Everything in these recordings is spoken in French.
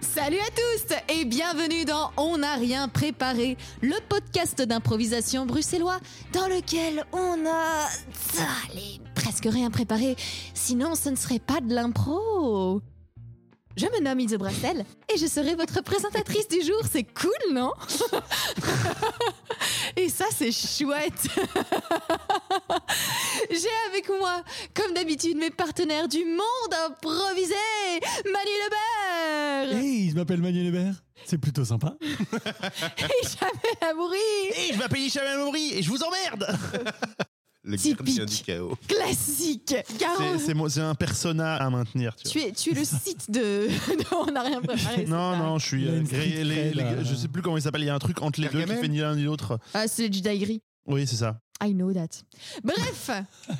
Salut à tous et bienvenue dans On n'a rien préparé, le podcast d'improvisation bruxellois dans lequel on a ah, les presque rien préparé, sinon ce ne serait pas de l'impro. Je me nomme Ise Brassel et je serai votre présentatrice du jour. C'est cool, non Et ça, c'est chouette. J'ai avec moi, comme d'habitude, mes partenaires du monde improvisé, Manu Lebert Hey, je m'appelle Manuel Hébert. C'est plutôt sympa. et Jamel Amoury. Et je m'appelle Ishamel Mouri et je vous emmerde Le Typique. gardien du chaos. Classique. Caro, C'est- C'est mon- c'est un persona à maintenir. Tu tu es, tu es le site de, de On n'a rien préparé. vois. Non, c'est ça non, je suis. Il y a euh, une grillé- street les- cred, les- là. je sais plus comment il s'appelle. Il y a un truc entre les deux qui Gargamel fait ni l'un ni l'autre. Ah, c'est le Jedi Gris. Oui, c'est ça. I know that. Bref,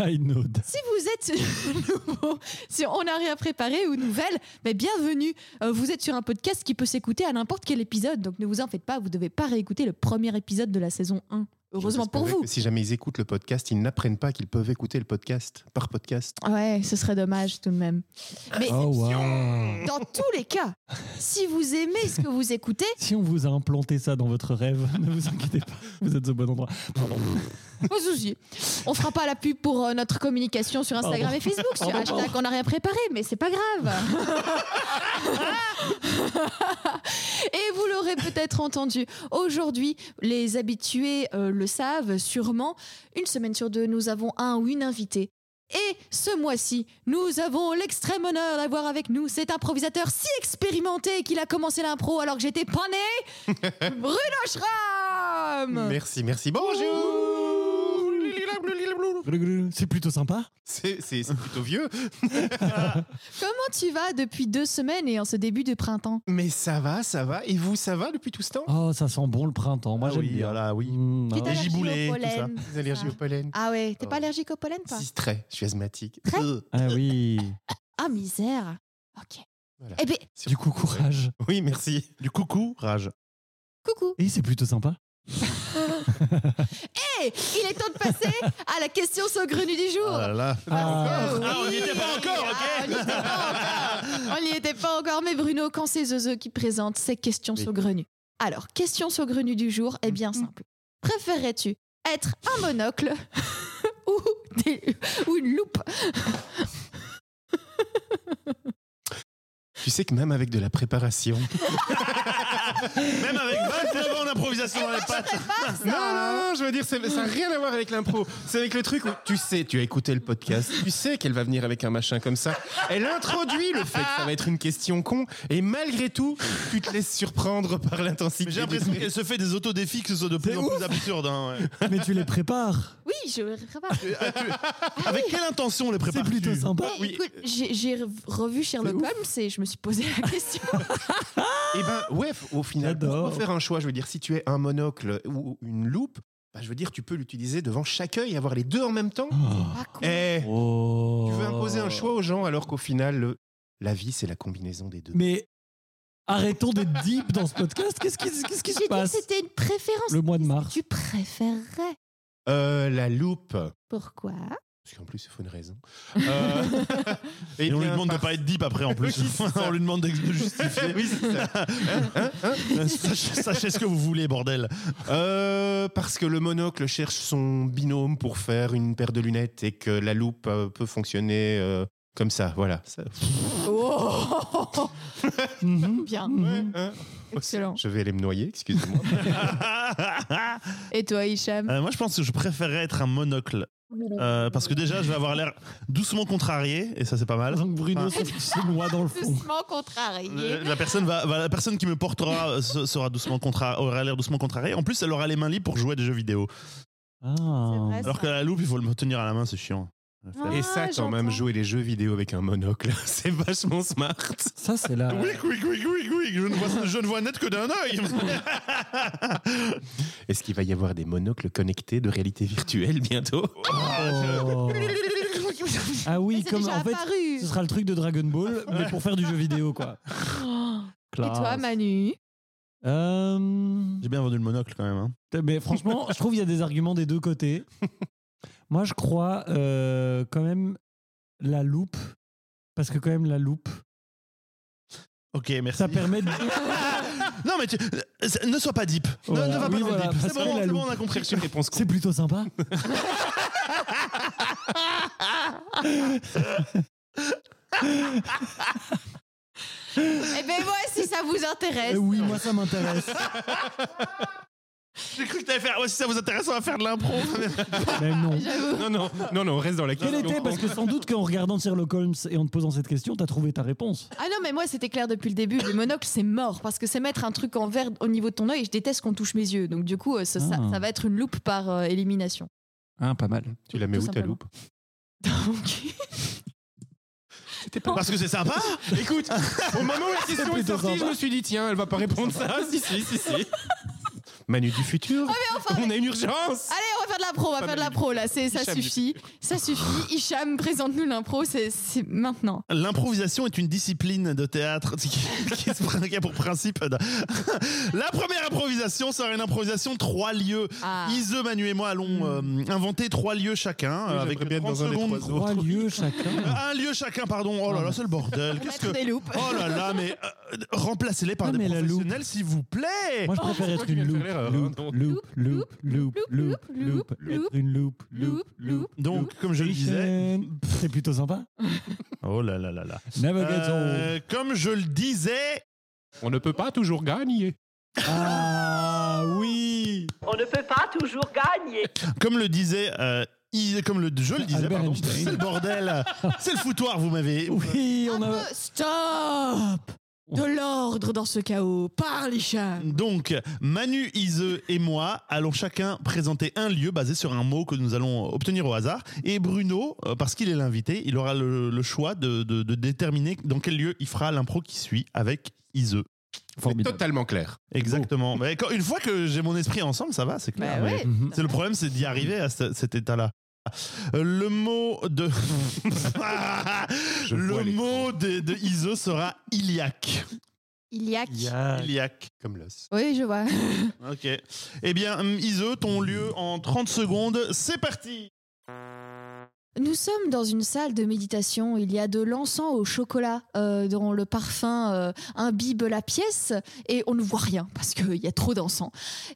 I know that. si vous êtes nouveau, si on n'a rien préparé ou nouvelle, mais bienvenue. Euh, vous êtes sur un podcast qui peut s'écouter à n'importe quel épisode, donc ne vous en faites pas, vous devez pas réécouter le premier épisode de la saison 1. Heureusement pour J'espérais vous. que Si jamais ils écoutent le podcast, ils n'apprennent pas qu'ils peuvent écouter le podcast par podcast. Ouais, ce serait dommage tout de même. Mais Oh wow. dans tous les cas, si vous aimez ce que vous écoutez, Si on vous a implanté ça dans votre rêve, ne vous inquiétez pas, vous êtes au bon endroit. Pardon. Pas de souci. On fera pas la pub pour euh, notre communication sur Instagram Pardon. et Facebook, sur Pardon, hashtag on n'a rien préparé, mais c'est pas grave. et vous l'aurez peut-être entendu. Aujourd'hui, les habitués euh, le savent sûrement. Une semaine sur deux, nous avons un ou une invitée. Et ce mois-ci, nous avons l'extrême honneur d'avoir avec nous cet improvisateur si expérimenté qu'il a commencé l'impro alors que j'étais pas né, Bruno Schramm Merci, merci. Bonjour Glouglou. C'est plutôt sympa. C'est c'est- c'est plutôt vieux. Comment tu vas depuis deux semaines et en ce début de printemps Mais ça va, ça va. Et vous, ça va depuis tout ce temps Oh, ça sent bon le printemps. Moi, Ah j'aime oui, bien. voilà, oui. Mmh, Qui est ah. Des allergique giboulées, au tout ça. pollen. Les allergies au pollen Ah ouais, t'es pas Euh, Oh. allergique au pollen, toi Si, très. Je suis asthmatique. Euh, Ah oui. Ah misère. Ok. Voilà. Eh ben, Du coup, courage. Oui, merci. Du coucou, rage. coucou. Et c'est plutôt sympa. Eh, il est temps de passer à la question saugrenue du Oh jour. Ah là là. Ah. oui. Ah, on n'y était pas encore, ok. Ah, on n'y était pas encore. On n'y était pas encore, mais Bruno, quand c'est Zozo qui présente ces questions Oui. saugrenues. Alors, question saugrenue du jour est bien simple. Préférerais-tu être un monocle ou, des- ou une loupe Tu sais que même avec de la préparation, Même avec 29 ans d'improvisation dans les pattes. Non, non, non, je veux dire, c'est- ça n'a rien à voir avec l'impro. C'est avec le truc où tu sais, tu as écouté le podcast, tu sais qu'elle va venir avec un machin comme ça. Elle introduit le fait que ça va être une question con, et malgré tout, tu te laisses surprendre par l'intensité. Mais du j'ai l'impression truc. qu'elle se fait des autodéfis que ce soit de plus C'est en plus absurde. hein, ouais. Mais tu les prépares. Oui, je le prépare. Avec quelle intention on les C'est prépare plutôt sympa. Mais écoute, j'ai j'ai rev- revu Sherlock Holmes et je me suis posé la question. Eh ben, ouais, f- au final, J'adore. on peut faire un choix. Je veux dire, si tu es un monocle ou une loupe, bah, je veux dire, tu peux l'utiliser devant chaque œil, avoir les deux en même temps. Oh. Pas con. Eh, Oh. tu veux imposer un choix aux gens, alors qu'au final, le- la vie, c'est la combinaison des deux. Mais arrêtons d'être deep dans ce podcast. Qu'est-ce qui, qu'est-ce qui J'ai se dit que passe c'était une préférence. bah, le mois de mars Tu préférerais. Euh, la loupe. Pourquoi Parce qu'en plus, il faut une raison. Euh, Et, on lui bien, demande de par- pas être deep après en plus. Oui, c'est ça. on lui demande d'ex- de justifier. Oui, c'est ça. Hein, sachez, sachez ce que vous voulez, bordel. Euh, parce que le monocle cherche son binôme pour faire une paire de lunettes et que la loupe euh, peut fonctionner euh, comme ça. Voilà. Ça- Oh Mhm. Bien. Mhm. Hein Excellent. Je vais aller me noyer, excusez-moi. Euh, Et toi, Hicham moi, je pense que je préférerais être un monocle. Euh, parce que déjà, je vais avoir l'air doucement contrarié, et ça, c'est pas mal. Donc Bruno Ah. se, se noie dans le fond. Doucement contrarié. Euh, La personne, va, va- la personne qui me portera euh, se- sera doucement contra- aura l'air doucement contrariée. En plus, elle aura les mains libres pour jouer à des jeux vidéo. Ah. vrai, Alors que la loupe, il faut le tenir à la main, c'est chiant. Ah, et ça, quand même, j'entends. jouer les jeux vidéo avec un monocle, c'est vachement smart. Ça, c'est la. Oui, oui, oui, oui, oui, je ne vois, je ne vois net que d'un œil. Est-ce qu'il va y avoir des monocles connectés de réalité virtuelle bientôt Oh. Ah Mais oui, c'est comme déjà en fait, apparu. ce sera le truc de Dragon Ball, mais pour faire du jeu vidéo, quoi. Oh. Et toi, Classe. Manu Euh, J'ai bien vendu le monocle quand même. hein. Mais franchement, je trouve qu'il y a des arguments des deux côtés. Moi, je crois euh, quand même la loupe, parce que quand même la loupe, Ok, merci. Ça permet de. Non, mais tu- euh, ne sois pas deep. Ne- Voilà. Ne, va pas Oui, dans le voilà, deep. parce C'est bon, que la c'est bon, loupe. on a compris. Une réponse con. C'est plutôt sympa. Eh ben moi, si ça vous intéresse. Euh, oui, moi ça m'intéresse. J'ai cru que t'allais faire. Ouais, si ça vous intéresse, on va faire de l'impro. Mais non. J'avoue. Non, non, non, non, on reste dans la Quel question. était Parce que sans doute qu'en regardant Sherlock Holmes et en te posant cette question, t'as trouvé ta réponse. Ah non, mais moi, c'était clair depuis le début. Le monocle, c'est mort parce que c'est mettre un truc en vert au niveau de ton œil. et Je déteste qu'on touche mes yeux. Donc, du coup, euh, ça, ça- Ah. ça va être une loupe par euh, élimination. Ah, pas mal. Tu la mets Tout où ta simplement. loupe Donc, Parce que c'est sympa. Écoute, au moment où la question est plutôt sortie, je sympa. me suis dit, tiens, elle va pas répondre ça. Si, si, si, si. Manu du futur, Ah, enfin, on a une urgence. allez, on va faire de l'impro. On va Pas faire de mal du l'impro là. C'est ça Hicham, suffit. Ça suffit. Hicham, présente-nous l'impro. C'est c'est maintenant. L'improvisation est une discipline de théâtre qui, qui se prend- qui a pour principe. de- La première improvisation sera une improvisation trois lieux. Ah. Hmm. Ise, Manu et moi allons euh, inventer trois lieux chacun euh, avec j'aimerais bien être 30 dans un des secondes. trois Trois lieux chacun. Ah, Un lieu chacun, pardon. Oh là là, c'est le bordel. Qu'est-ce Mettre que des loupes. Oh là là, mais euh, remplacez-les par Non, des mais la professionnels, s'il vous plaît. oh, Moi je préfère être tu une viens de loupe. faire l'erreur, hein, Loupe, loupe, loupe, loupe, loupe, loupe, loupe, être une loupe, loupe, loupe. Donc, comme je le disais. c'est plutôt sympa. Oh là là là là. Navigator. Euh, comme je le disais, On ne peut pas toujours gagner. Ah oui. On ne peut pas toujours gagner. comme le disait, euh, Ise- comme le, je le disais, Albert pardon, Einstein. c'est le bordel, c'est le foutoir, vous m'avez. Oui, Un on a. peu- Stop. De l'ordre dans ce chaos. Parle, Hicham. Donc, Manu, Ise et moi allons chacun présenter un lieu basé sur un mot que nous allons obtenir au hasard. Et Bruno, euh, parce qu'il est l'invité, il aura le, le choix de, de- de déterminer dans quel lieu il fera l'impro qui suit avec Ise. C'est totalement clair. Exactement. Mais quand- une fois que j'ai mon esprit ensemble, ça va, c'est clair. Bah Mais ouais. Mhm. C'est le problème, c'est d'y arriver à ce- cet état-là. Euh, Le mot de Je vois le les- mot de, de Ise sera iliaque. Iliac. Yeah. Iliac. Comme l'os. Oui, je vois. Ok. Eh bien, hum, Ise, ton lieu en 30 secondes, c'est parti. Nous sommes dans une salle de méditation. Il y a de l'encens au chocolat euh, dans le parfum euh, imbibe la pièce et on ne voit rien parce qu'il y a trop d'encens.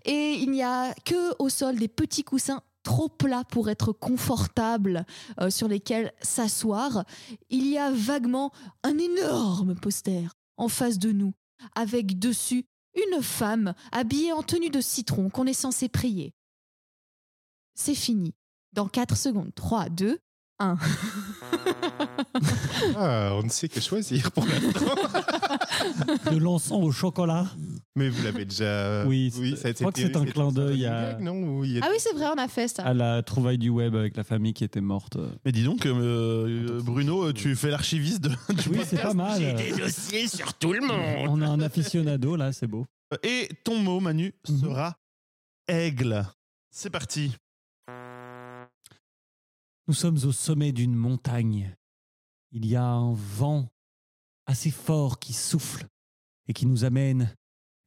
Et il n'y a que au sol des petits coussins trop plats pour être confortables euh, sur lesquels s'asseoir. Il y a vaguement un énorme poster en face de nous avec dessus une femme habillée en tenue de citron qu'on est censé prier. C'est fini. Dans 4 secondes, 3, 2, Ah, on ne sait que choisir pour la... De l'encens au chocolat. Mais vous l'avez déjà. Oui, c'est- ça a été je crois que c'est un c'était- clin d'œil c'était à- une blague, Non, oui, il y a- Ah oui, c'est vrai, on a fait ça. À la trouvaille du web avec la famille qui était morte. Mais dis donc, euh, Bruno, tu fais l'archiviste de. Oui, c'est pas mal. dossiers sur tout le On a un aficionado là, c'est beau. Et ton mot, Manu, Mhm. sera aigle. C'est parti. Nous sommes au sommet d'une montagne. Il y a un vent assez fort qui souffle et qui nous amène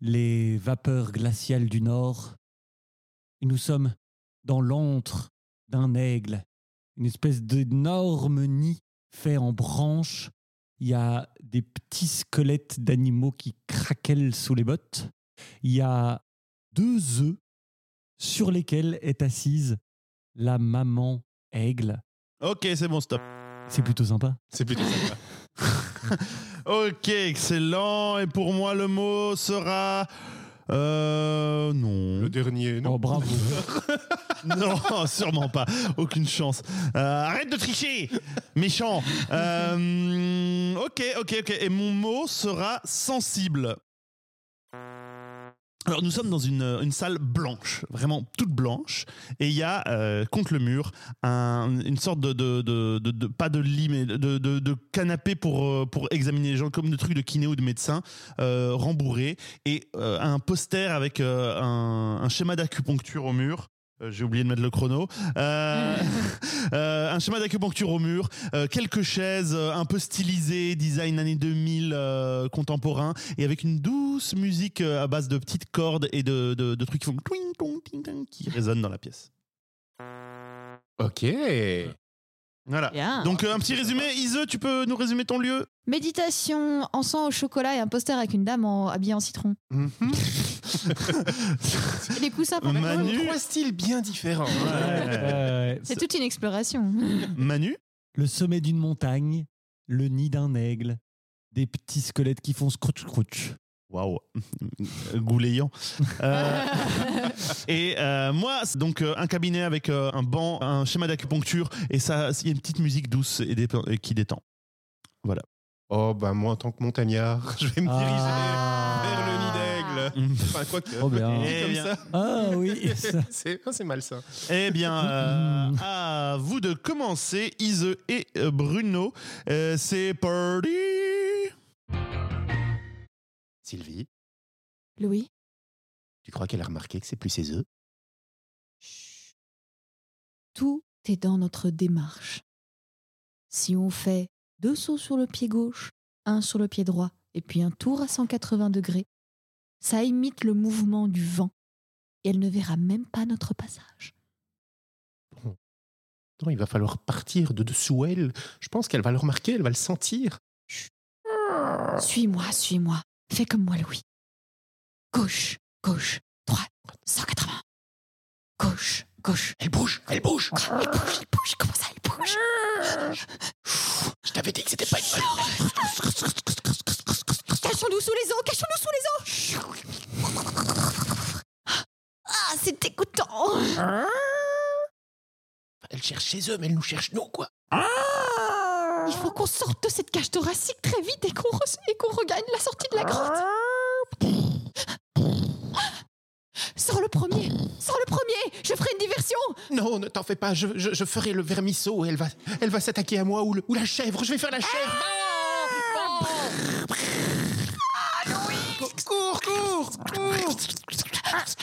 les vapeurs glaciales du nord. Et nous sommes dans l'antre d'un aigle, une espèce d'énorme nid fait en branches. Il y a des petits squelettes d'animaux qui craquellent sous les bottes. Il y a deux œufs sur lesquels est assise la maman aigle. Ok, c'est bon, stop. Mmh. C'est plutôt sympa. C'est plutôt sympa. Ok, excellent. Et pour moi, le mot sera. Euh. Non. Le dernier, non. Oh, bravo. Non, sûrement pas. Aucune chance. Euh, arrête de tricher, méchant. Euh, ok, ok, ok. Et mon mot sera sensible. Alors nous sommes dans une, une salle blanche, vraiment toute blanche, et il y a euh, contre le mur un- une sorte de, de, de- de- de- pas de lit mais de, de- de canapé pour euh, pour examiner les gens comme le truc de kiné ou de médecin euh, rembourré et euh, un poster avec euh, un, un schéma d'acupuncture au mur euh, J'ai oublié de mettre le chrono. Euh, euh, un schéma d'acupuncture au mur, euh, quelques chaises euh, un peu stylisées, design années 2000 euh, contemporain, et avec une douce musique euh, à base de petites cordes et de, de- de trucs qui font twing, twing, twing, twing, qui résonnent dans la pièce. Ok. Voilà. Bien. Donc euh, un petit résumé. Ise, tu peux nous résumer ton lieu Méditation, encens au chocolat et un poster avec une dame en- habillée en citron. Mm-hmm. Et les coussins pour mettre- Manu. Trois styles bien différents. Ouais. C'est toute une exploration. Manu Le sommet d'une montagne, le nid d'un aigle, des petits squelettes qui font scrouch-scrouch. Waouh, gouléant. Euh, et euh, moi, c'est donc euh, un cabinet avec euh, un banc, un schéma d'acupuncture, et ça, il y a une petite musique douce et, dé- et qui détend. Oh, bah, moi, en tant que montagnard, je vais me diriger Ah. vers le nid d'aigle. Enfin, quoi que. Trop bien. dit Eh comme bien. ça. Ah oui, ça. c'est oh, c'est malsain. Eh bien, euh, à vous de commencer, Ise et euh, Bruno. Euh, c'est party Sylvie, Louis tu crois qu'elle a remarqué que c'est plus ses œufs Chut. Tout est dans notre démarche. Si on fait deux sauts sur le pied gauche, un sur le pied droit, et puis un tour à 180 degrés, ça imite le mouvement du vent. Et elle ne verra même pas notre passage. Non, il va falloir partir de dessous elle. Je pense qu'elle va le remarquer, elle va le sentir. Suis-moi, suis-moi. Fais comme moi, Louis. Gauche, gauche, droite, 180. Gauche, gauche. Elle bouge, elle bouge. Ah, il bouge, il bouge, comment ça, il bouge Je t'avais dit que c'était pas une bonne. Cachons-nous sous les eaux, cachons-nous sous les eaux Ah, c'est écoutant Elle cherche chez eux, mais elle nous cherche nous, quoi. Il faut qu'on sorte de cette cage thoracique très vite et qu'on re- et qu'on regagne la sortie de la grotte Sors le premier Sors le premier Je ferai une diversion Non, ne t'en fais pas, je, je- je ferai le vermisseau et elle va, elle va s'attaquer à moi ou, le- ou la chèvre. Je vais faire la chèvre. Cours, cours, cours.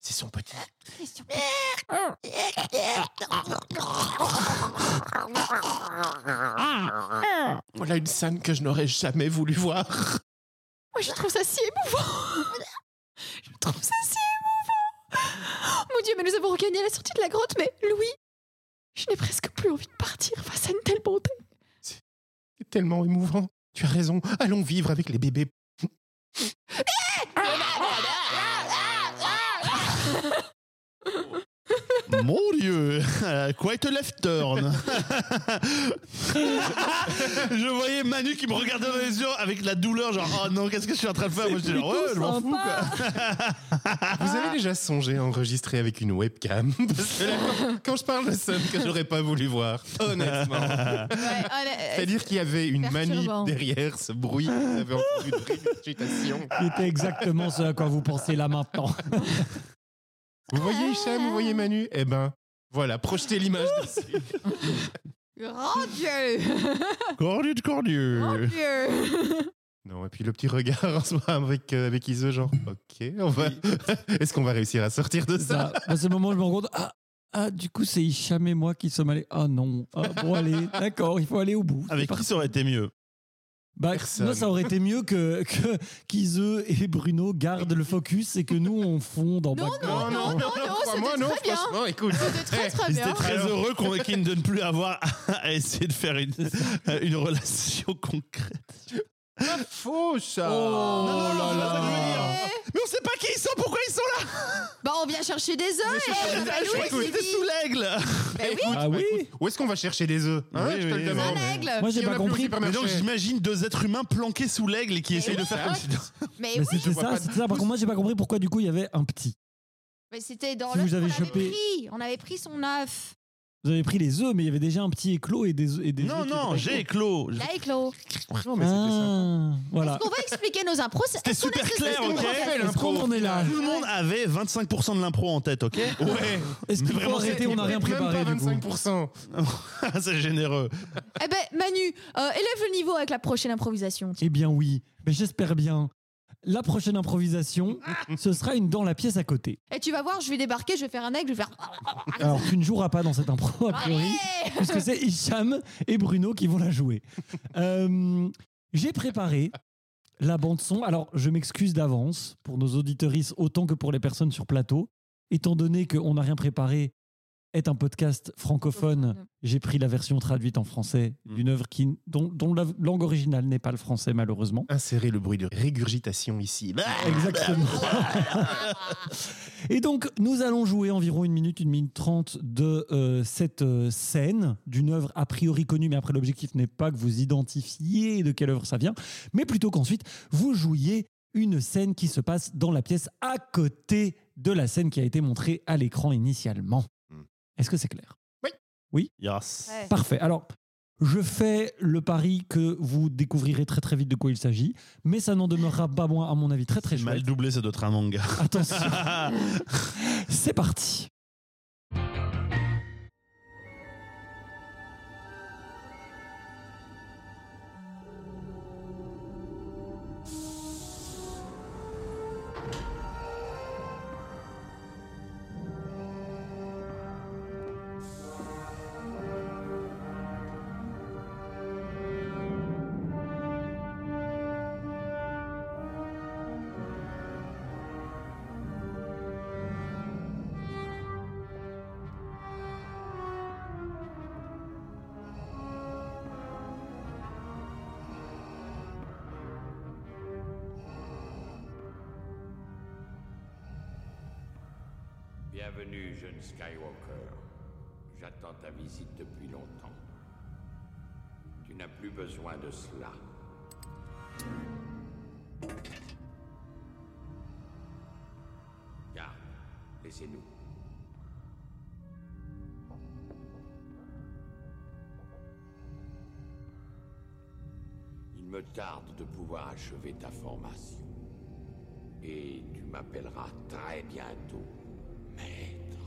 C'est son petit. Voilà une scène que je n'aurais jamais voulu voir. Moi, je trouve ça si émouvant Je trouve ça si émouvant Mon Dieu, mais nous avons regagné la sortie de la grotte, mais Louis, je n'ai presque plus envie de partir face à une telle bonté C'est tellement émouvant. Tu as raison. Allons vivre avec les bébés. Mon Dieu Euh, Quite a left turn Je voyais Manu qui me regardait dans les yeux avec la douleur, genre « Oh non, qu'est-ce que je suis en train de faire ?» Moi, je dis « Ouais, je m'en fous, quoi Vous avez déjà songé à enregistrer avec une webcam Parce que là, quand- quand je parle de scène que j'aurais pas voulu voir, honnêtement. C'est-à-dire qu'il y avait une manip Perturbant. derrière ce bruit. Vous avez entendu de régurgitation. C'était exactement ce à quoi vous pensez là maintenant. Vous voyez Hicham, vous voyez Manu Eh ben, voilà, projetez l'image dessus. euh, Grand Dieu « Cordieux, cordieux Non, et puis le petit regard en soi avec, euh, avec Iso, genre, ok, on va... est-ce qu'on va réussir à sortir de Ça, ça à ce moment, je me rends compte. Ah, ah, du coup, c'est Hicham et moi qui sommes allés. Ah non. Ah, bon, allez, d'accord, il faut aller au bout. » C'est Avec parti. qui ça aurait été mieux Bah, Personne. moi, ça aurait été mieux que que- qu'Iseu et Bruno gardent le focus et que nous, on fonde en Non, bac- non, non, non, non, crois-moi, c'était non, très bien. franchement, écoute. C'était très très Ils étaient bien très Alors- heureux qu'on- qu'ils ne donnent plus à avoir à essayer de faire une, euh, une relation concrète. Faux, ça Oh non, là non, ça veut là. dire- Mais on sait pas qui ils sont, pourquoi ils sont là Bah on vient chercher des œufs et bah, Je crois Louis, qu'ils il étaient dit- sous l'aigle Bah oui, Ah oui. Où est-ce qu'on va chercher des œufs hein, Oui, Je te oui, le oui. demande. un aigle Moi, j'ai Il y en pas a plus au compris. Mais donc supermarché. j'imagine deux êtres humains planqués sous l'aigle et qui essayent de oui, faire comme si... mais Mais oui, c'était je vois ça, pas de c'était ça. Par contre, moi, j'ai pas compris pourquoi du coup il y avait un petit. mais c'était dans Vous l'œuf qu'on avez avait chopé- pris On avait pris son œuf Vous avez pris les œufs, mais il y avait déjà un petit éclos et des et des. Non, œufs qui non, étaient j'ai éclos. Là, Éclos pas- mais c'était Ah, voilà. Est-ce qu'on va expliquer nos impros C'était Est-ce qu'on super est- clair, est-ce qu'on ok refait Est-ce qu'on en est là Tout le monde avait 25% de l'impro en tête, ok Ouais, Est-ce Mais qu'il faut vraiment, arrêter On n'a rien même préparé pas du coup. 25%. C'est généreux. Eh ben Manu, euh, élève le niveau avec la prochaine improvisation. tiens. Eh bien oui, mais j'espère bien. La prochaine improvisation, ce sera une dans la pièce à côté. Et tu vas voir, je vais débarquer, je vais faire un aigle, je vais faire. Alors tu ne joueras pas dans cette impro a priori, Allez puisque c'est Hicham et Bruno qui vont la jouer. Euh, J'ai préparé la bande son. Alors, je m'excuse d'avance pour nos auditorices autant que pour les personnes sur plateau. Étant donné qu'on n'a rien préparé, est un podcast francophone, j'ai pris la version traduite en français Mm. d'une œuvre qui, dont, dont la langue originale n'est pas le français, malheureusement. Insérer le bruit de régurgitation ici. Bah, Exactement. Et donc, nous allons jouer environ une minute, une minute trente de euh, cette euh, scène d'une œuvre a priori connue, mais après l'objectif n'est pas que vous identifiez de quelle œuvre ça vient, mais plutôt qu'ensuite vous jouiez une scène qui se passe dans la pièce à côté de la scène qui a été montrée à l'écran initialement. Hmm. Est-ce que c'est clair Yes. Ouais. Parfait. Alors, je fais le pari que vous découvrirez très très vite de quoi il s'agit, mais ça n'en demeurera pas moins, à mon avis, très très J'ai mal chouette. doublé, ça doit être un manga. Attention. C'est parti. Bienvenue, jeune Skywalker. J'attends ta visite depuis longtemps. Tu n'as plus besoin de cela. Garde, laissez-nous. Il me tarde de pouvoir achever ta formation. Et tu m'appelleras très bientôt, maître.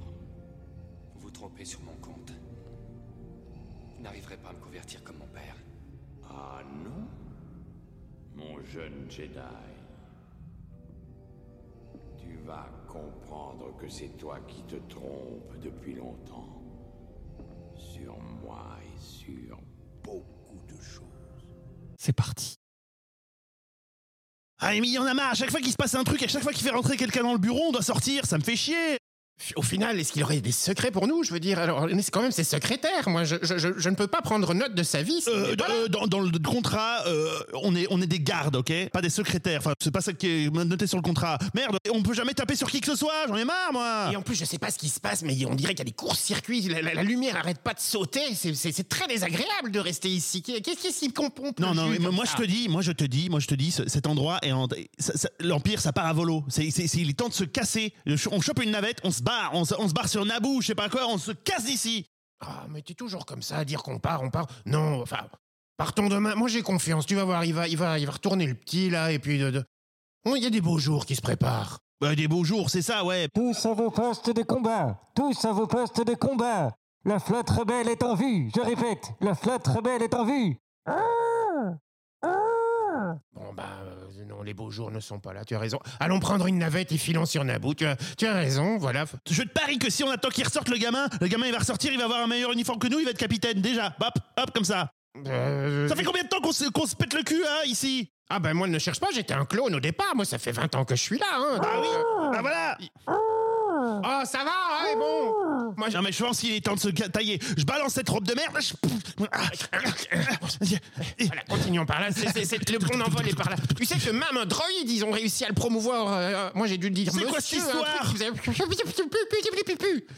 Vous vous trompez sur mon compte. Vous n'arriverez pas à me convertir comme mon père. Ah non Mon jeune Jedi. Tu vas comprendre que c'est toi qui te trompes depuis longtemps. Sur moi et sur beaucoup de choses. C'est parti. Ah, mais il y en a marre. À chaque fois qu'il se passe un truc, à chaque fois qu'il fait rentrer quelqu'un dans le bureau, on doit sortir. Ça me fait chier. Au final, est-ce qu'il aurait des secrets pour nous Je veux dire, alors, mais c'est quand même ses secrétaires. Moi, je, je- je- je ne peux pas prendre note de sa vie. c'est- Euh, dans, euh, dans- dans le contrat, euh, on, est, on est des gardes, ok Pas des secrétaires. Enfin, c'est pas ça qui est noté sur le contrat. Merde, on peut jamais taper sur qui que ce soit. J'en ai marre, moi. Et en plus, je sais pas ce qui se passe, mais on dirait qu'il y a des courts-circuits. La, la- la lumière arrête pas de sauter. C'est- C'est c'est très désagréable de rester ici. Qu'est- Qu'est-ce qu'est-ce qui compompe Non, non, mais moi Ah. je te dis, moi je te dis, moi je te dis, ce- cet endroit est en- ça- ça- l'empire, ça part à volo. C'est, c'est- c'est- il est temps de se casser. On chope une navette, on se barre, on se, on se barre sur Naboo, je sais pas quoi, on se casse d'ici. Ah, mais t'es toujours comme ça, à dire qu'on part, on part. Non, enfin, partons demain. Moi, j'ai confiance. Tu vas voir, il va, il va, il va retourner le petit là, et puis. de- de- Oh, Il y a des beaux jours qui se préparent. Bah, des beaux jours, c'est ça, ouais. Tous à vos postes de combat Tous à vos postes de combat La flotte rebelle est en vue Je répète, la flotte rebelle est en vue Bon, bah, euh, non, les beaux jours ne sont pas là, tu as raison. Allons prendre une navette et filons sur Naboo, tu as, tu as raison, voilà. Je te parie que si on attend qu'il ressorte le gamin, le gamin il va ressortir, il va avoir un meilleur uniforme que nous, il va être capitaine déjà. Hop, hop, comme ça. Euh, Ça fait combien de temps qu'on se, qu'on se pète le cul, hein, ici Ah, ben moi, ne cherche pas, j'étais un clone au départ, moi, ça fait 20 ans que je suis là, hein. Ah oui Ah voilà Oh, ça va, hein, et bon Moi, je- Non mais je pense qu'il est temps de se ca- tailler. Je balance cette robe de merde. je- Ah, Euh, Voilà, continuons par là, c'est c'est- c'est- le bon envol est par là. Tu sais que même un droïde, ils ont réussi à le promouvoir. euh, moi, j'ai dû le dire. C'est quoi monsieur, cette un histoire truc, vous avez-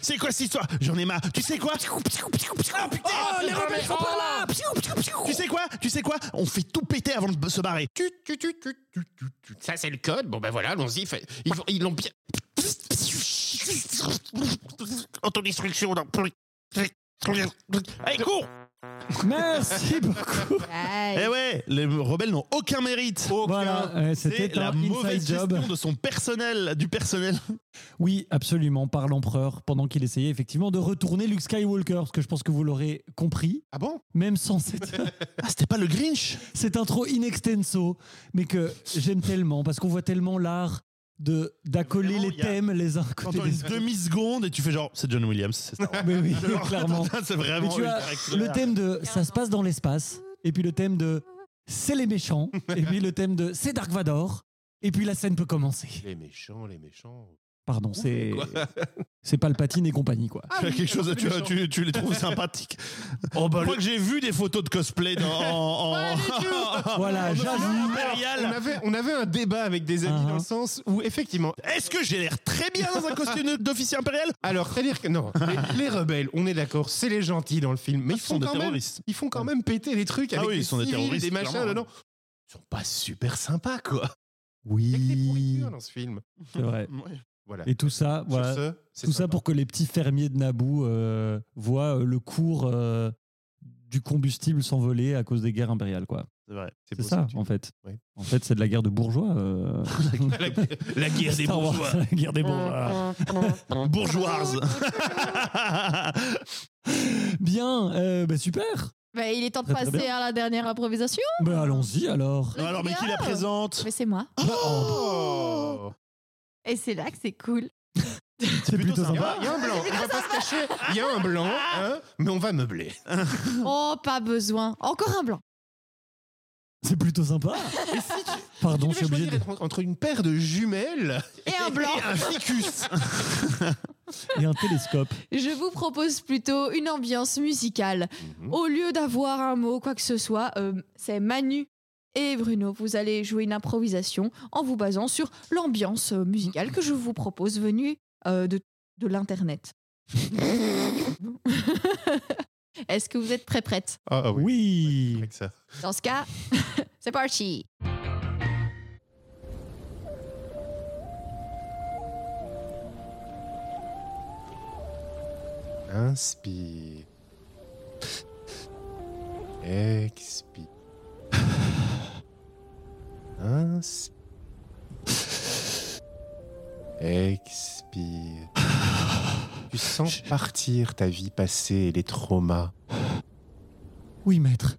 C'est quoi cette histoire J'en ai marre. Tu sais quoi Oh putain Oh, oh. les rebelles sont par là Tu sais quoi Tu sais quoi On fait tout péter avant de se barrer. Tu, tu, tu, tu, tu, tu, tu. Ça, c'est le code. Bon, ben voilà, allons-y. Fait- Ils vont- ils l'ont bien. Autodestruction dans... Allez, cours Merci beaucoup. Eh ouais, les rebelles n'ont aucun mérite. Voilà, euh, C'est c'était la un inside mauvaise job. gestion de son personnel, du personnel. Oui, absolument, par l'empereur, pendant qu'il essayait effectivement de retourner Luke Skywalker, parce que je pense que vous l'aurez compris, Ah bon même sans cette, Ah, c'était pas le Grinch cette intro in extenso, mais que j'aime tellement, parce qu'on voit tellement l'art de d'accoler Vraiment, les il y a- thèmes les uns à côté T'entends des une autres. demi-seconde et tu fais genre, c'est John Williams, c'est Star Wars. Mais oui, Genre, clairement. C'est Oh. Mais vraiment tu le as caractère. le thème de ça se passe dans l'espace et puis le thème de c'est les méchants, et puis le thème de c'est Dark Vador, et puis la scène peut commencer. Les méchants, les méchants. Pardon, c'est c'est Palpatine et compagnie quoi. Tu as quelque chose, à- tu, as- tu, tu les trouves sympathiques. Je crois que j'ai vu des photos de cosplay dans- en, en- Ah, Voilà, j'avoue. On avait, on avait un débat avec des amis Uh-huh. dans le sens où, effectivement, Est-ce que j'ai l'air très bien dans un costume d'officier impérial alors, c'est-à-dire que non, les, les rebelles, on est d'accord, c'est les gentils dans le film, mais ils, font sont des quand même, terroristes. ils font quand même péter les trucs Ah avec oui, des ils sont des civils, terroristes, des machins clairement. dedans. Ils sont pas super sympas, quoi. Il y a que des Oui, pourritures dans ce film. c'est vrai. Voilà. Et tout ça, Sur voilà, ce, c'est tout ça sympa. pour que les petits fermiers de Naboo euh, voient euh, le cours euh, du combustible s'envoler à cause des guerres impériales quoi. C'est vrai. C'est ça en fait. Ouais. En fait, c'est de la guerre de bourgeois. euh. La guerre des Star Wars, bourgeois. la guerre des bourgeois. bah. Bourgeoises. Bien, euh, bah super. Bah, il est temps de Très, très passer bien. à la dernière improvisation. Bah allons-y alors. Non, alors, mais qui la présente Mais c'est moi. Bah, oh, Oh Et c'est là que c'est cool. c'est plutôt, Il y, sympa. a il y a un blanc, on va pas se cacher, il y a un blanc, hein, mais on va meubler. Oh, pas besoin. Encore un blanc. C'est plutôt sympa. Pardon, je suis Tu devais obligé choisir de... entre- entre une paire de jumelles Et un blanc. et un ficus. Et un télescope. Je vous propose plutôt une ambiance musicale. Mm-hmm. Mmh. Au lieu d'avoir un mot, quoi que ce soit, euh, c'est Manu et Bruno. Vous allez jouer une improvisation en vous basant sur l'ambiance euh, musicale que je vous propose venue euh, de, de l'Internet. Est-ce que vous êtes très prête Ah, ah Oui. Avec ça. Dans ce cas, c'est parti Inspire. Expire. Inspire. Expire. Tu sens partir ta vie passée et les traumas. Oui, maître.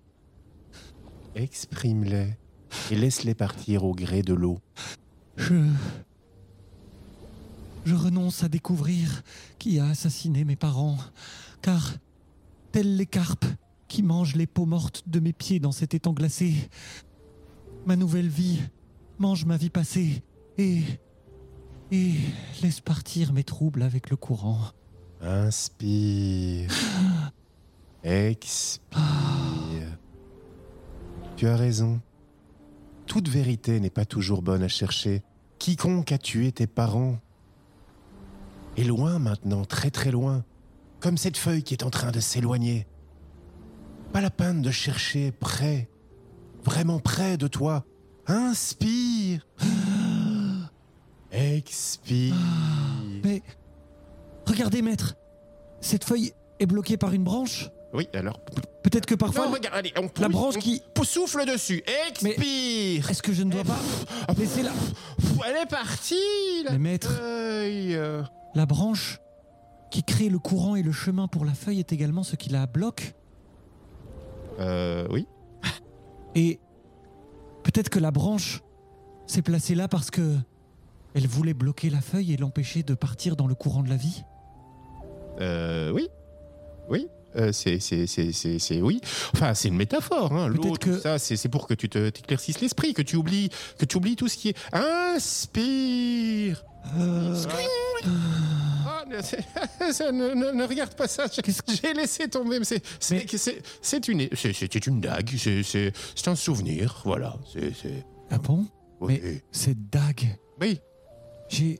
Exprime-les et laisse-les partir au gré de l'eau. Je... Je renonce à découvrir qui a assassiné mes parents, car, tels les carpes qui mangent les peaux mortes de mes pieds dans cet étang glacé, ma nouvelle vie mange ma vie passée et... et laisse partir mes troubles avec le courant. Inspire. Expire. Tu as raison. Toute vérité n'est pas toujours bonne à chercher. Quiconque a tué tes parents est loin maintenant, très très loin, comme cette feuille qui est en train de s'éloigner. Pas la peine de chercher près, vraiment près de toi. Inspire. Expire. Mais... Regardez, maître Cette feuille est bloquée par une branche Oui, alors Peut-être que parfois... Non, regarde, allez, on pousse, La branche on qui- pou- souffle dessus, expire. Est-ce que je ne dois pas Eh, laisser ah la, Pff, Elle est partie. La Mais maître- feuille. la branche qui crée le courant et le chemin pour la feuille est également ce qui la bloque Euh, oui. Et peut-être que la branche s'est placée là parce que elle voulait bloquer la feuille et l'empêcher de partir dans le courant de la vie. Euh, oui. Oui. Euh, c'est, c'est, c'est, c'est, c'est- oui. Enfin, c'est une métaphore. Hein. L'eau, Peut-être tout que- ça, c'est, c'est pour que tu te, t'éclaircisses l'esprit, que tu oublies, que tu oublies tout ce qui est. Inspire. Euh, Ah, ne- c'est- ça, ne, ne- ne regarde pas ça. J'ai, Qu'est-ce que- j'ai laissé tomber. mais C'est, c'est, Mais- c'est, c'est une, c'est, c'était une dague. C'est, c'est, c'est un souvenir. Voilà. C'est, c'est. ah bon oui. Mais- Cette dague. Oui. J'ai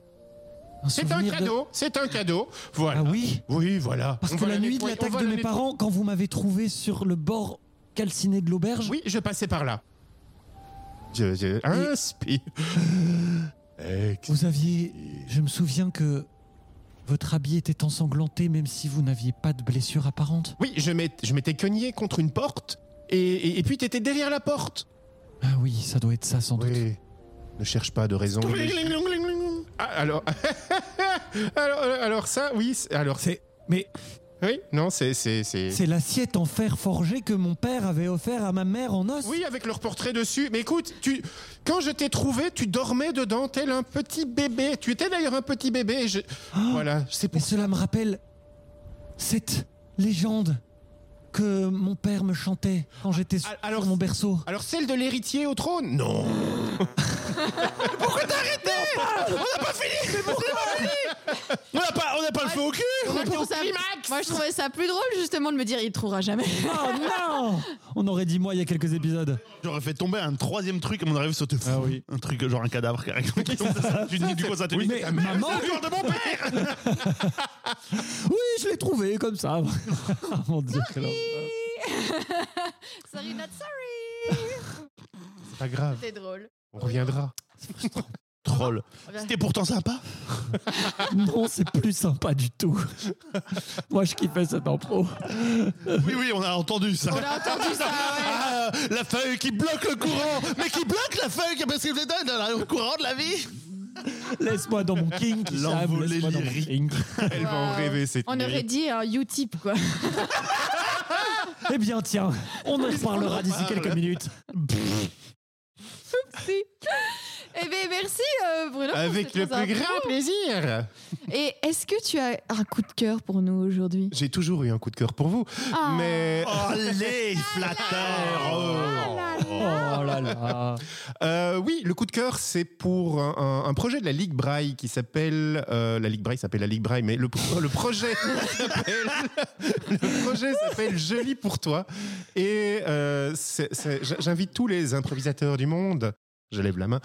un C'est un souvenir de- cadeau, c'est un cadeau. Voilà. Ah oui Oui, voilà. Parce On que va la nuit de nettoyer- on l'attaque va de la mes nettoyer. parents, quand vous m'avez trouvé sur le bord calciné de l'auberge, Oui, je passais par là. Je, je- inspire. Expire. vous aviez Je me souviens que votre habit était ensanglanté même si vous n'aviez pas de blessure apparente. Oui, je m'ét- je m'étais cogné contre une porte et, et, et puis t'étais derrière la porte. Ah oui, ça doit être ça sans doute. Oui. Ne cherche pas de raison. Ah, alors, alors, alors ça, oui, c'est- alors c'est, C'est mais oui, non, c'est, c'est, c'est. c'est l'assiette en fer forgé que mon père avait offert à ma mère en os. Oui, avec leur portrait dessus. Mais écoute, tu, quand je t'ai trouvé, tu dormais dedans tel un petit bébé. Tu étais d'ailleurs un petit bébé. et je- Ah, Voilà, c'est Mais pour cela me rappelle cette légende que mon père me chantait quand j'étais sur Ah, alors- sur mon berceau. Alors celle de l'héritier au trône Non On n'a pas, on n'a pas le feu au cul Moi je, trouve ça- moi, je trouvais ça plus drôle justement de me dire il trouvera jamais. Ah, Oh non On aurait dit moi il y a quelques épisodes. J'aurais fait tomber un troisième truc à mon arrivée sauter. Ah oui. Un truc genre un cadavre carrément. qui tombe, ça, ça, tu te dis, du coup, ça te dit, mais ta mère, maman- c'est le corps de mon père Oui, je l'ai trouvé comme ça. Ah, mon Dieu, quelle horreur. sorry, not sorry. C'est pas grave, C'était drôle. on reviendra. Troll. Ah ben. C'était pourtant sympa. Non, c'est plus sympa du tout. Moi, je kiffais cette impro. Oui, oui, on a entendu ça. On a entendu ça, ouais. Ah, la feuille qui bloque le courant, mais qui bloque la feuille parce que vous êtes dans le courant de la vie. Laisse-moi dans mon king. L'envolée laisse-moi dans mon lyrique. kink. Elle va en Wow. rêver, cette On aurait mairie. dit un U-tip quoi. Eh bien, tiens, on en parlera d'ici quelques minutes. Si. Eh bien merci euh, Bruno. pour Avec cette le plus intro. grand plaisir Et est-ce que tu as un coup de cœur pour nous aujourd'hui J'ai toujours eu un coup de cœur pour vous, Ah. mais... Oh, les flatteurs ah, oh. Oh là là. Euh, oui, le coup de cœur, c'est pour un, un- un projet de la Ligue Braille qui s'appelle. euh, la Ligue Braille s'appelle la Ligue Braille, mais le, pro- le projet s'appelle. le projet s'appelle Joli pour toi. Et euh, c'est- c'est- j'- j'invite tous les improvisateurs du monde. Je lève la main.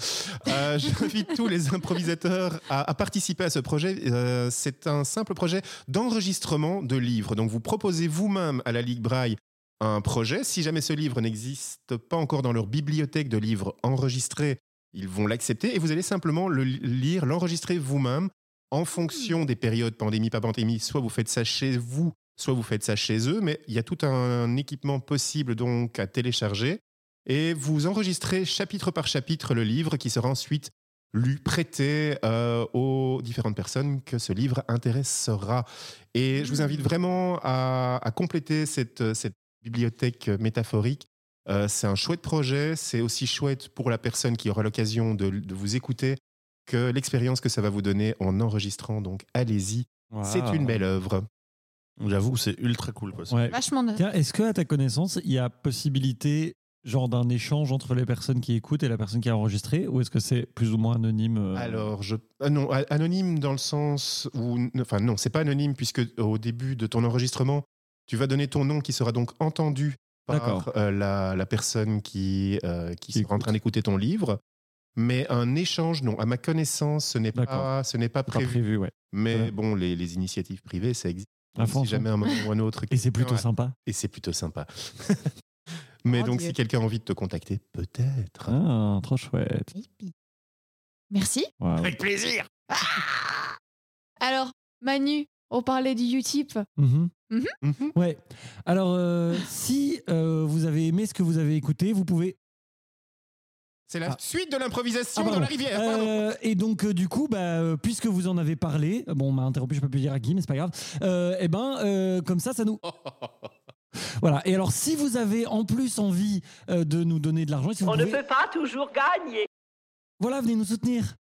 Euh, J'invite tous les improvisateurs à, à participer à ce projet. Euh, c'est un simple projet d'enregistrement de livres. Donc vous proposez vous-même à la Ligue Braille un projet. Si jamais ce livre n'existe pas encore dans leur bibliothèque de livres enregistrés, ils vont l'accepter et vous allez simplement le li- lire, l'enregistrer vous-même en fonction des périodes pandémie, pas pandémie. Soit vous faites ça chez vous, soit vous faites ça chez eux, mais il y a tout un équipement possible donc à télécharger. Et vous enregistrez chapitre par chapitre le livre qui sera ensuite lu, prêté euh, aux différentes personnes que ce livre intéressera. Et je vous invite vraiment à, à compléter cette, cette bibliothèque euh, métaphorique. Euh, c'est un chouette projet, c'est aussi chouette pour la personne qui aura l'occasion de, de vous écouter que l'expérience que ça va vous donner en enregistrant. Donc allez-y, c'est une belle œuvre. J'avoue que c'est ultra cool. Quoi. Ouais. Vachement de... Tiens, est-ce que à ta connaissance, il y a possibilité genre d'un échange entre les personnes qui écoutent et la personne qui a enregistré, ou est-ce que c'est plus ou moins anonyme euh, Alors, je... ah non, a- anonyme dans le sens où... Enfin non, c'est pas anonyme puisque au début de ton enregistrement, tu vas donner ton nom qui sera donc entendu D'accord. par euh, la, la personne qui, euh, qui Qui sera en train d'écouter ton livre. Mais un échange, non. À ma connaissance, ce n'est pas, D'accord. ce n'est pas pas prévu. prévu, ouais. Mais Voilà. bon, les, les initiatives privées, ça existe. À fond, si jamais à un moment ou un autre. Et c'est plutôt Ouais. sympa. Et c'est plutôt sympa. Mais Oh donc, Dieu. si quelqu'un a envie de te contacter, peut-être. Ah, trop chouette. Merci. Waouh. Avec plaisir. Alors Manu, on parlait du U-tip. Mhm. Mhm. Ouais. Alors, euh, si euh, vous avez aimé ce que vous avez écouté, vous pouvez. C'est la Ah. suite de l'improvisation Ah, dans pardon. la rivière. pardon. Euh, et donc, euh, du coup, bah, euh, puisque vous en avez parlé, euh, bon, on m'a interrompu, je peux plus dire à qui, mais c'est pas grave. Euh, eh ben, euh, comme ça, ça nous. Voilà. Et alors, si vous avez en plus envie euh, de nous donner de l'argent, si vous On ne pouvez, peut pas toujours gagner. voilà, venez nous soutenir.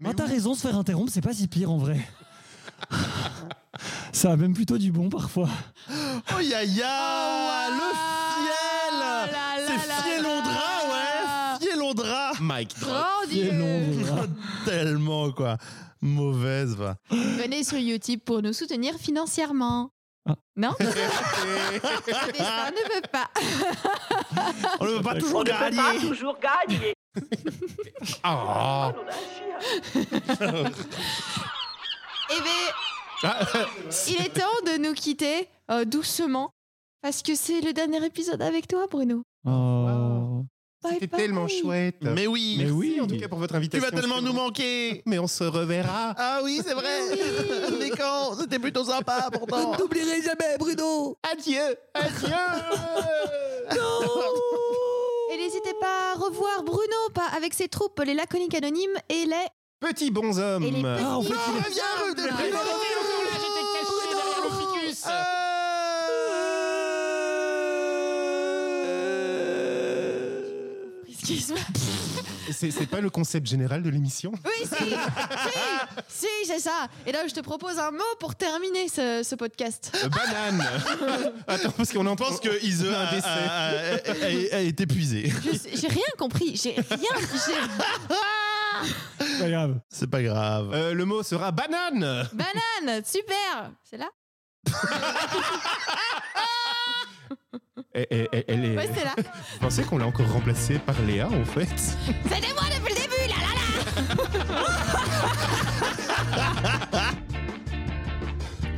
Mais Ah, t'as oui. raison, se faire interrompre, c'est pas si pire en vrai. ça a même plutôt du bon parfois. Oh ya ya Oh, Le waouh. fiel Oh Là, là, C'est là, fielondra, là. ouais Fielondra Mike. Grand Qui est long, Dieu. voilà. Tellement, quoi. Mauvaise, va. Venez sur Utip pour nous soutenir financièrement. Ah. Non Le destin ne veut pas. On ne peut pas On toujours ne peut pas gagner. toujours gagner. Ah. On a chien. Eh bien, il est temps de nous quitter euh, doucement parce que c'est le dernier épisode avec toi, Bruno. Oh. Bye C'était bye. tellement chouette. Mais oui Mais Merci oui. en tout cas pour votre Tu invitation. vas tellement nous manquer Mais on se reverra. Ah oui, c'est vrai Les camps, c'était plutôt sympa, pourtant T'oublierai jamais, Bruno Adieu. Adieu. Et n'hésitez pas à revoir Bruno pas avec ses troupes, les laconiques anonymes et les. Petit bonhomme. Et les petits Ah, en fait, il est- bonhommes. Reviens, reviens, Qu'est-ce ce qui se passe. C'est c'est pas le concept général de l'émission Oui, si, si, si, c'est ça. Et là, je te propose un mot pour terminer ce, ce podcast. Euh, Banane Attends, parce qu'on en Je pense que Ise a a, un décès. a- a- a- a- est épuisé. Je sais- J'ai rien compris. J'ai rien. j'ai- Pas grave. C'est pas grave. Euh, le mot sera banane Banane, super. C'est là. Eh, eh, eh, Elle est. Ouais, c'est là. Vous pensez qu'on l'a encore remplacée par Léa en fait C'était moi depuis le début, là, là, là.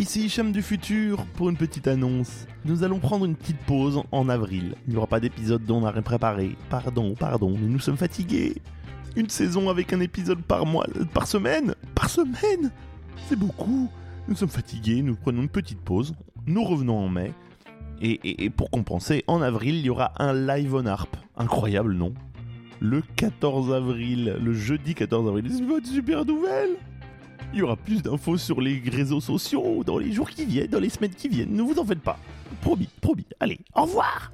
Ici Hicham du futur pour une petite annonce. Nous allons prendre une petite pause en avril. Il n'y aura pas d'épisode dont on n'a rien préparé. Pardon, pardon, mais nous sommes fatigués. Une saison avec un épisode par mois, euh, par semaine Par semaine C'est beaucoup. Nous sommes fatigués, nous prenons une petite pause. Nous revenons en mai. Et, et- et pour compenser, en avril, il y aura un live on harpe. Incroyable, non Le 14 avril, le jeudi 14 avril. C'est pas une super nouvelle il y aura plus d'infos sur les réseaux sociaux dans les jours qui viennent, dans les semaines qui viennent. Ne vous en faites pas. Promis, promis. Allez, au revoir